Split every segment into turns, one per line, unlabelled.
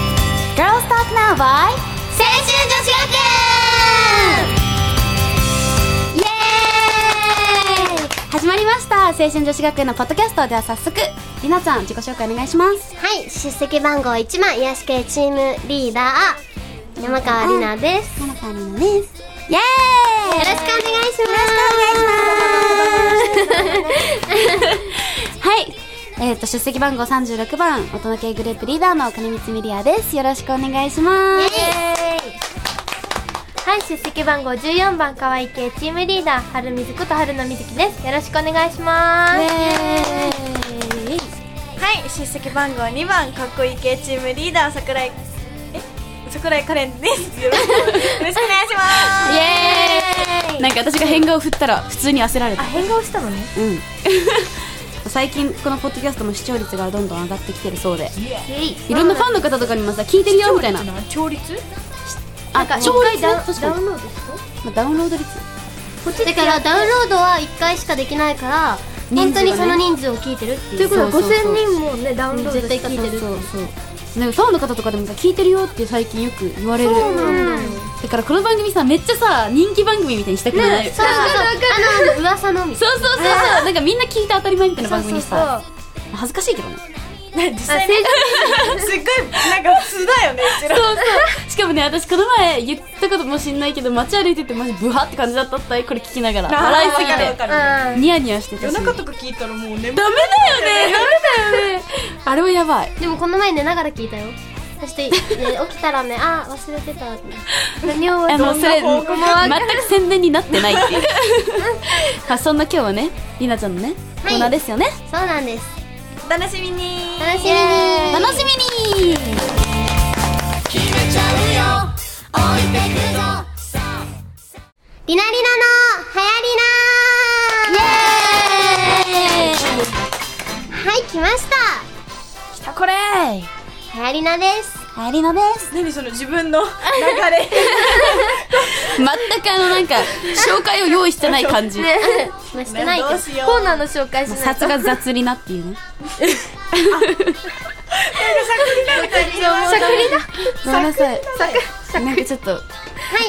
Girls Talk Now by 青春女子学園イエーイ始まりました青春女子学園のポッドキャストでは早速りなちゃん自己紹介お願いします
はい、出席番号1番、癒し系チームリーダー、山川里奈です。よ
なかりのですイエーイよ
ろしくお願いします。
はいえっ、と出席番号36番大人系グループリーダーの金光ミリアですよろしくお願いします
はい、出席番号14番、可愛い系チームリーダー、春水こと春野瑞希です。よろしくお願いします。
イエーイ
はい、出席番号2番、かっこいい系チームリーダー、桜井、え桜井カレンです。よろしくよろしくお願いします。
イエーイなんか私が変顔振ったら普通に焦られた
変顔したのね。
うん 最近このポッドキャストも視聴率がどんどん上がってきてるそうでいろんなファンの方とかにもさ聞いてるよみたいな
調律
あ
なんか、
視
一
聴
回
率
ダウン
確
ダ
か
ウ
に
ンロードした
まあダウンロード率
だからダウンロードは1回しかできないから、
人数
本
が
当
ね
にその人数を聞いてるって
と
い。
いううことは
そうそうそう
5000人もね、ダウンロード
絶対
した
聞いてる。
そうそうなんかファンの方とかでもさ聞いてるよって最近よく言われるだからこの番組さめっちゃさ人気番組みたいにしたくない、
ね、そうそうそう。あの、噂のみ。
そうそうそうそうなんかみんな聞いて当たり前みたいな番組にさ恥ずかしいけどね
実際にすっごい、なんか素だよね、うちら。
そうそうしかもね私この前言ったこともしんないけど街歩いててマジブハって感じだったったいこれ聞きながら笑いすぎ
わかるわ
て
かる
ニヤニヤしてたし
夜
ダメ
中
だ
とか聞いたらもう眠い。
よねダメだよねあれはやばい
でもこの前寝ながら聞いたよ。そして、ね、起きたらね、あ、忘れてたって。
何を
あのそれ
報
全
告も
く宣伝になってないって いうあそんな今日はねりなちゃんのねコ
はい
ーナーですよね
そうなんです。
お楽しみに
楽しみに。
楽しみに
りなりなの流行りなイエーイはい、来ました
きたこれ
流行りな です
ありのです
何その自分の流れ。
全くあのなんか紹介を用意してない感じ
まあ、してないけ
ど
ど
うしよう。
コーナーの紹介しない
札
と。
が雑になっていうねごめんなさいなんかちょっと
は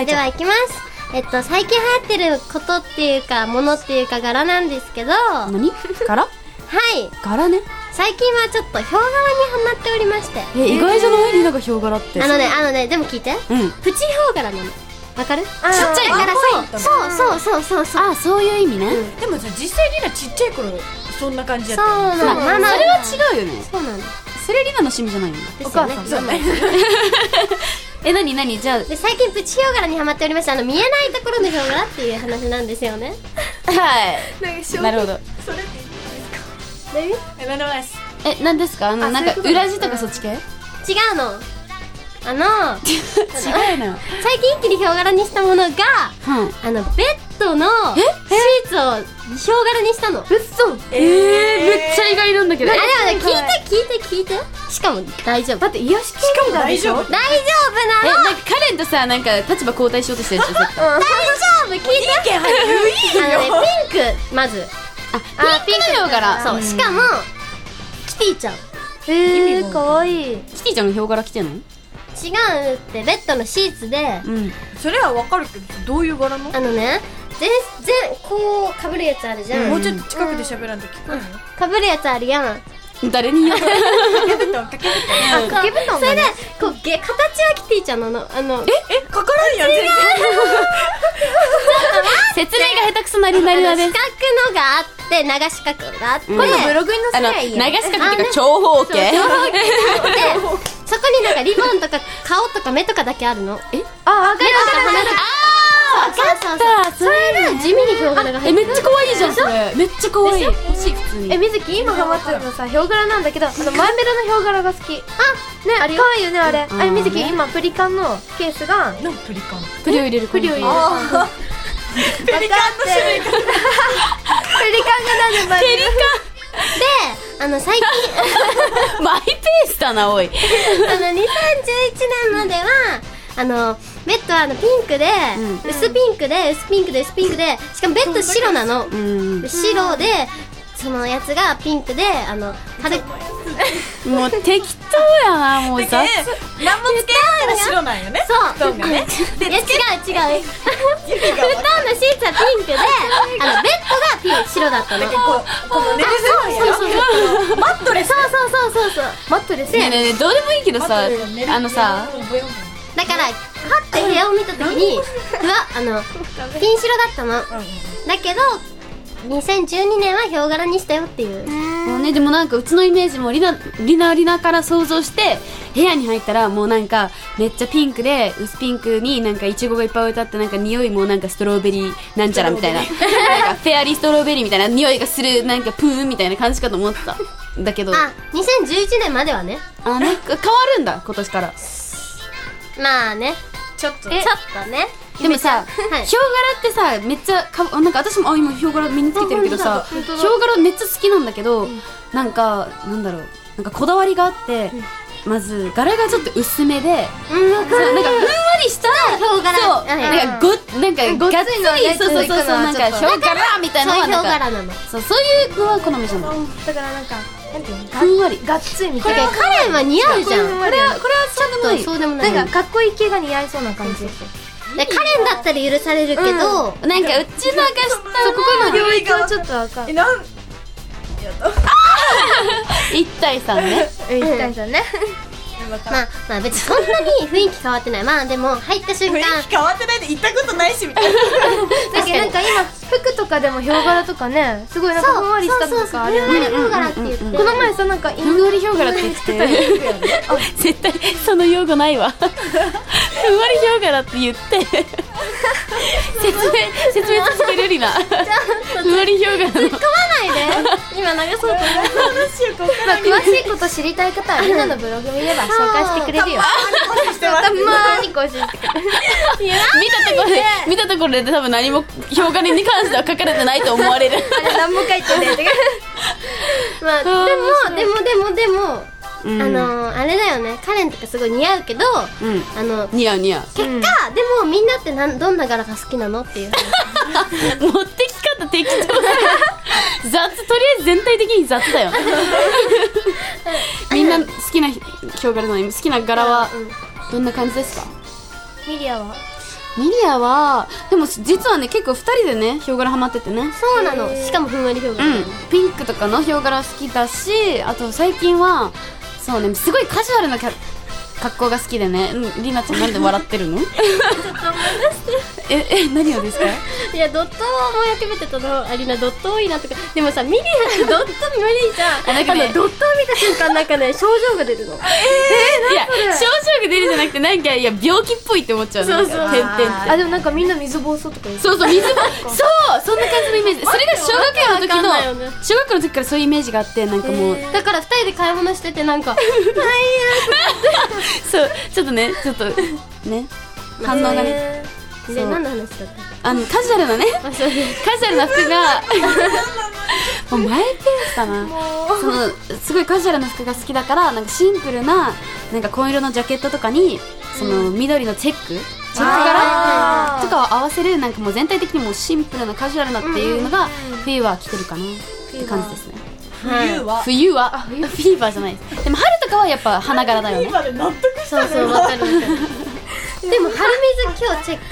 い、では行きますえっと、最近流行ってることっていうか、ものっていうか柄なんですけど、はい、
何柄柄ね
最近はちょっとヒョウ柄にハマっておりまして。
え意外じゃないリナがヒョウ柄って
あのね、あのね、でも聞いて。
うん
プチヒョウ柄なの。わかるちっち
ちっちゃい
だから
ワンポイント
そう、そうそうそうそうそう。
あそういう意味ね
でもさ、実際リナちっちゃい頃、そんな感じ
そ
だ
う
っ
なの。
まあ
まあまあ
それは違うよね
そうなの。で
それリナの趣味じゃないの
すよね。
たよね。
え何何じゃあ
で最近プチヒョウ柄にハマっておりましてあの見えないところのヒョウ柄っていう話なんですよね
はい
なんかしょう
なるほど
えなんでもないです。
え何ですかあのなんか裏地とかそっち系違
違うのあ
う
の
な
最近一気にヒョウ柄にしたものが
はい
あのベッドのシーツをヒョウ柄にしたのあ
え
れ
ーめっちゃ意外なんだけどえ
はね聞いて聞いて聞いてしかも大丈夫だって癒し系
しかも大丈夫。
大丈夫なの
なんかカレンとさなんか立場交代しようとしてるでしょ絶対
大丈夫聞いてあのねピンクまず
あピンクのヒョウ柄
そうしかもキティちゃん
えー、かわいい。
キティちゃんがヒョウ柄着てんの
違うってベッドのシーツで
うん
それはわかるけど、どういう柄の
あのね全然こうかぶるやつあるじゃん、
もうちょっと近くで喋らんと聞こえない
かぶるやつあるやんあ
誰に言わ れる
かけ布団かけ布団
掛け布団それでこうげ形はキティちゃんなのあの
えかからんやん全然
説明が下手くそなりなりな
あの
で
四
す
角のがあって流し角があって、
今度ブ
ログに
あ
載
の
せりゃい
流
い
し
や
角っ
ん。
ていうか長方形
でそこになんかリボンとか顔とか目とかだけあるのえ
あ、
目とか鼻とかああそうそうそう
さあそれ
それで地味にヒョウ柄が
え
入っ
め
て
っちゃ可愛いじゃんそれめっちゃ可愛い欲しい普通に
え、みずき、今ハマってるのさ、ヒョウ柄なんだけど、あの、マイメロのヒョウ柄が好き。あ、ね、あれ、かわいいよね、あれ。
うん
あれ、みずき、今、プリカンのケースが、
なんプリカン
プリを入れる
プリを入れる。
プリカンの種類が
ペリカンがなんでマイメロ
あの最近
マイペースだなおい
あの2011年まではあのベッドはあのピンクで、
う
薄ピンクで薄ピンクで薄ピンクでしかもベッド白なの
うん
白でそのやつがピンクであの軽く
もう適当やなもう
だけ
雑
ど何もつけないから白なんよね
そう
布団がね で
いや違う違う
指
布
が
団のシーツはピンクであのベッドがピン白だったの
だけどこうこの寝る
そうそうそう
そうマットレス
そうそうそうそう
マットレス
ねえねえねえどうでもいいけどさあのさ
だからはって部屋を見た時にうわあのピン白だったのだけど2012年はヒョウ柄にしたよっていう
もうねでもなんかうちのイメージもりなりなりなから想像して部屋に入ったらもうなんかめっちゃピンクで薄ピンクになんかイチゴがいっぱい置いてあってなんか匂いもなんかストロベリーなんちゃらみたいななんかフェアリーストロベリーみたいな匂いがするなんかプーンみたいな感じかと思ってただけどあ
あ2011年まではね
なんか変わるんだ今年から
まあね
ちょっと
ちょっとね
でもさ、
はい
ヒョウ柄ってさめっちゃかなんか私もあ今ヒョウ柄身につけてるけどさ
あ
ヒ
本当
ョ
だ本当だ
ウ柄めっちゃ好きなんだけど、なんかなんだろうなんかこだわりがあって、まず柄がちょっと薄めで、
うんわ
そ
か
う
る
なんかふんわりした
ヒョウ柄
そう、
はい
なんかごなんかごっついの
やつ
そうそうそうそう
行くのは
なんかヒ
ち
ョウ柄みたいなのは
そういうヒョウ
なんか
柄なの
そうそういうのは好みじゃない
だからなんかなんていうの
ふんわりこ
がっついみた
だ
い
け
な
どカレンは似合うじゃん
れはこれはちゃんともいい
そうでもない
なんかかっこいい系が似合いそうな感じ
でカレンだったら許されるけど、
なんかうちなんかした
そう
こ
こ
この
領域
今
を
日
ち
ち
ょっ
ょっとわかん
とえなん
一体さんね
え一体さんね
まあまあ別にそんなに雰囲気変わってないまあでも入った瞬
雰
間
囲気変わってないで行ったことないしみたいな
だけどなんか今服とかでもヒョウ柄とかねすごいなんかふんわりしたとかあるよね
そうそうそうふんわりヒョウ柄って言って
この前さなんかイン
ふんわりヒョウ柄って言ってたよね絶対その用語ないわふんわりヒョウ柄って言って説明説明させてるりなふんわりヒョウ柄の
今流そうと
話をこう
まあ、詳しいこと知りたい方はみんなのブログ見れば紹介してくれるよ
してます
た まーに更新してくれる
見たところで見たところで多分何も評価に関しては書かれてないと思われる
あれ何も書いてないって
まあ
ー
でもでもでもでも、
うん
あのーあれだよねカレンとかすごい似合うけど、
うん
あの
似合う似合う
結果、でもみんなってなんどんな柄が好きなのっていう
持ってき方適当だ雑とりあえず全体的に雑だよみんな好きな評価なのに好きな柄はどんな感じですか
ミリアは
ミリアはでも実はね結構2人でねヒョウ柄ハマっててね
そうなのしかもふんわり表現、
うんピンクとかのヒョウ柄好きだしあと最近はそうねすごいカジュアルなキャ格好が好きでねうんりなちゃんなんで笑ってるのええ 何をですか
いやドットもやってみてたのアリナドット多いなとかでもさミリアドット無理じゃん
なんかね
あのドットを見た瞬間なんかね症状が出るの
いや症状が出るじゃなくてなんかいや病気っぽいって思っちゃうの
そうそう
なんか点々って
あでもなんかみんな水暴走とか言う
そうそう水 もそうそんな感じのイメージそれが小学校の時
わかんない
の
よね
小学校の時からそういうイメージがあってなんかもう
だから二人で買い物しててなんか
そうちょっとねちょっとね反応がね
で
そう
何の話だった
あのカジュアルなね
あそうです
カジュアルな服が もうマイペースだなそのすごいカジュアルな服が好きだからなんかシンプルななんか紺色のジャケットとかにその緑のチェック、チェック柄とかを合わせるなんかもう全体的にもうシンプルなカジュアルなっていうのが冬は着てるかなって感じですね
冬は
冬はフィーバーじゃないですでも春とかはやっぱ花柄だよね
今で納得した
そうそうわかるわかるでも春水今日チェック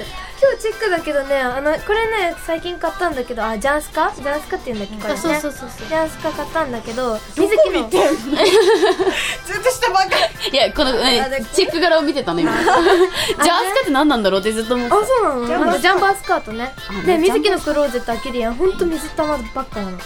今日チェックだけどねあのこれね最近買ったんだけどあジャンスカジャンスカって言うんだっけこれね
あそうそうそうそう
ジャンスカ買ったんだけど
ど
水
こ
木
見
の
てんのずっと下ばっかり
いやこの、ね
あで
チェック柄を見てたの今ジャースカって何なんだろうってずっと思って
あそうなの
ジャン
なんかジャンバースカートね
あ
で
ね
水木のクローゼット開けるやんほんと水玉ばっかなの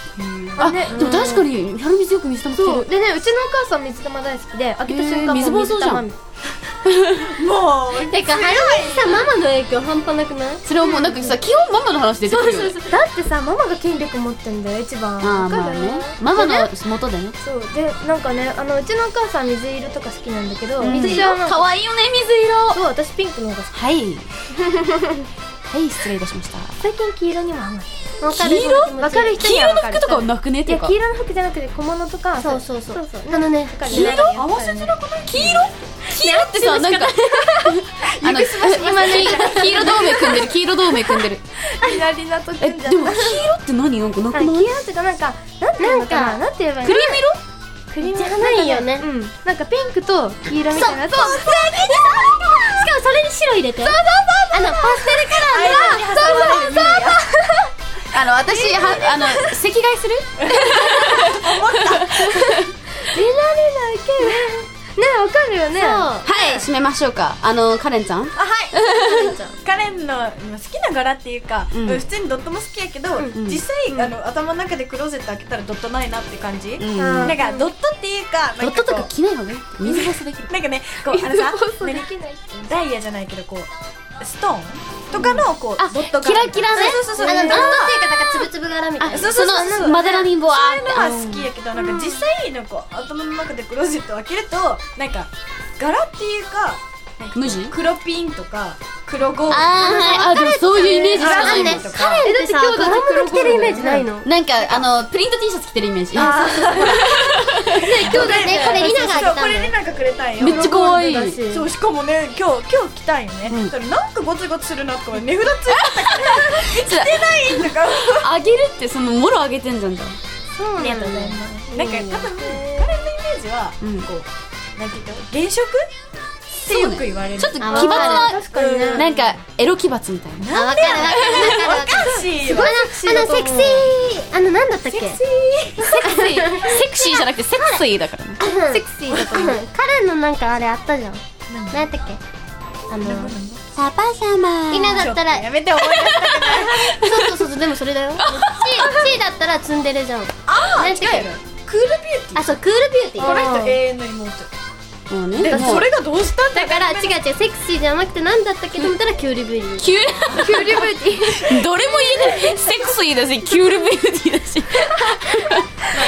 あ
ね
でも確かに春水よく水玉着てる
そうでねうちのお母さん水玉大好きで開けた瞬
へー
間
水
もう
暴走じゃん
水玉みたい
もう
てか春水さママの影響半端なくない
それはもうなんかさ基本ママの話出てくるよね
だってさママが権力持ってんだよ一番
ああ
わか
ま
る
あねママの元でね
そうでなんかねあのうちのお母さん水色とか好きなんだけど、
ん
私はなんか
愛いよね水色
そう私ピンクの方が好き
はいはい失礼いたしました
最近黄色にもハマって
わかる
黄色
わ
わ
か
か
る
る人
黄
には
色の
わかる
服とかはなくねっ
い
てい
や
うか
黄色の服じゃなくて小物とか
そうそうそう
そうそう
あのね
黄
黄
色
色合わせづらくない黄色黄色ってさなんかあの今ね黄色同盟組んでる黄色同盟組んでる
リナリナとく
え
んじ
で
ゃ
も黄色って何なんかなく
な
ないい
黄色っていうかなんかなんていうのかななんて言えばいい
ク
の
リーム色
クリー
め
ム
っちゃ花いよね
うんなんかピンクと黄色みたいなそうそうそ
し
う
かもそれに白入れてそうそうそうあのパステルカラーの
そうそうそう
あの私はあの赤外する
見られないけどねわかるよね
そう
はい締めましょうかあのカレンちゃん
あはいカレンのまあ好きな柄っていうか、
うん
普通にドットも好きやけど、実際、あの頭の中でクローゼット開けたらドットないなって感じ、
ん
なんかドットっていうか
ド
なん
ットと
こう
か着ない方がいい水干すできる
なんかねこうあのさ
で
何
きない
ダイヤじゃないけどこうストーンとかのこう、ドット
キラキラね
そうそうそうそう
あのドット
そう
っていうかなんかつぶつぶ柄みたいな
そうそうそう
そのまだらにぼわーって
そういうのは好きやけど、なんか実際のこう頭の中でクローゼットを開けるとなんか柄っていうかなんかこう
無地
黒ピンとか黒ゴールドと
あーは
か
いあでもそういうイメージしか
あ
な
の
い
ね
も
カ
ん
そう
レンってさ
えだって今日だって
柄物着てるイメージないの
なんかあのプリント T シャツ着てるイメージ
今日だねこれリナがあげた
そうこれリナがくれたんよ
めっちゃ可愛い
黒ゴールドだし
そうしかもね今日今日来たんよね、
うん
だからなんかゴツゴツするなとか値札ついてたりとか
あげるってそのもろあげてんじゃんじゃん
そうなの
なんか多分彼のイメージは、
うん
こうなんていうか原色ってよく言われる
ちょっと奇
あ
抜
わ
な
確かにね
うん
なんかエロ奇抜みたい な
あわかるわかるわかるわかる
おかしいよ
あのあのセクシーあのなんだったっけセクシ
セクシーセクシーじゃなくてセクシーだからね
ー
セクシーだと思う
カレンのなんかあれあったじゃん
何
何やったっけあの
サパ様
リナだったら
やめて思い出したくない
そうそうそうそうでもそれだよ C, C だったらツンデレじゃんな
あ
ん
ー
て言う
違うよクールビューティー
あそうクールビューティ
こ
ー
の人永遠の妹
もうね
で
もう
それがどうしたんだ
だから違う違うセクシーじゃなくてなんだったっけと思ったらキュールビューティー
キュールビューティー どれも言えないセクシーだしキュールビューティーだし
ま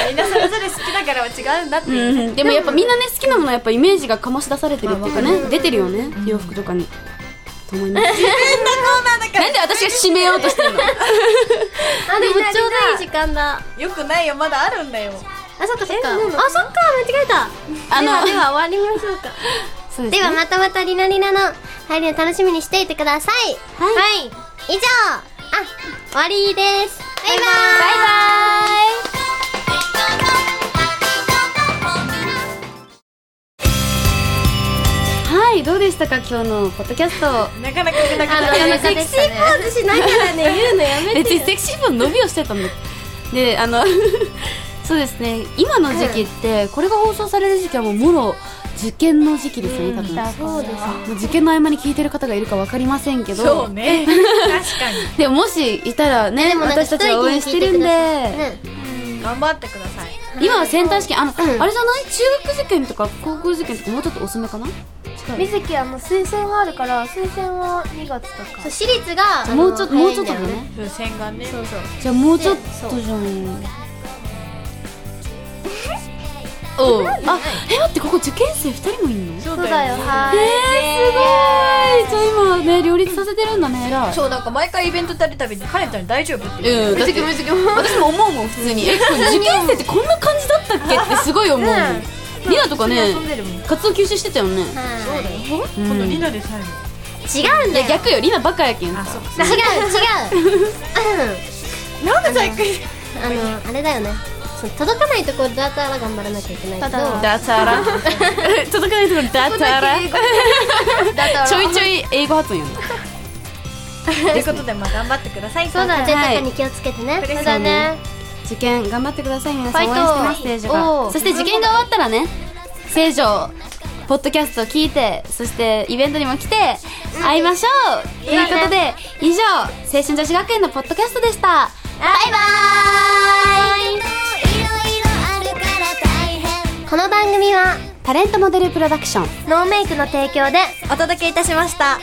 あみんなそれぞれ好きだからは違うんだっていう
でもやっぱみんなね好きなものはやっぱイメージがかまし出されてるっていうか
まあわ
ね出てるよね洋服とかにと思います
変なコーナーだか
なんで私が締めようとしてんの
あでもちょうどいい時間だ
らよくないよまだあるんだよ
あそっかそっかあそっか間違えた
あの
では終わりましょうか
そうで
ですは
ね
またまたリナリナの入りを楽しみにしていてくださいはい、以上あ終わりですバイバイバイバイ
はいどうでしたか今日のポッドキャスト
なかなか出なか
あ
っ
の、
た
セクシーポーズしながらね、言うのやめて。
別 にセクシー分伸びをしてたんだであの そうですね今の時期ってこれが放送される時期はもうもろ受験の時期ですよね多分
そうです
もう受験の合間に聞いてる方がいるか分かりませんけど
そうね確かに
でももしいたらね
でもなんか
私たちは応援してるんで、
ね、
頑張ってください
今はセンター試験あの、
うん
あれじゃない中学受験とか高校受験とかもうちょっと遅めかな近い
みずきはもう推薦があるから推薦は2月と
そう、
か
私立が、あの
もうちょっともうちょっとだね。
風船がねそうそう
じゃあもうちょっとじゃんおうあえ待ってここ受験生2人もいんの
そ
そうだよは
え
い
ー、すごいじゃあ今ね両立早させてるんだね偉い
そうなんか毎回イベントたるたびにカレンちゃん大丈夫って言う
うんだって私も思うもん普通にえこれ受験生ってこんな感じだったっけってすごい思うもんリナとかね
遊んでるもん
活動休止してたよね
そうだよ
ん
このリナでさえ
はい違うん
い
だ
や
よ。
逆よリナバカやけん
あ
さ
そ
違
うか
う、違う。
なんで最近
あの、あれだよね。そう届かないところだったら頑張らなきゃいけないけど
ただ
だた ら届かないところだたら
だから
ちょいちょい英語発音よね
ということでまあ頑張ってください
そうだ
そうだね
風邪とかに気をつけてね。
そうだ
そ
ね
うだね。
受験頑張ってください皆
フ
さ
ァ
ん
イ
応
ト
援してます聖女
お
が
ー
そして受験が終わったらね聖女ポッドキャストを聞いてそしてイベントにも来て会いましょうということで以上青春女子学園のポッドキャストでした
バイバーイこの番組は、
タレントモデルプロダクション
ノーメイクの提供で
お届けいたしました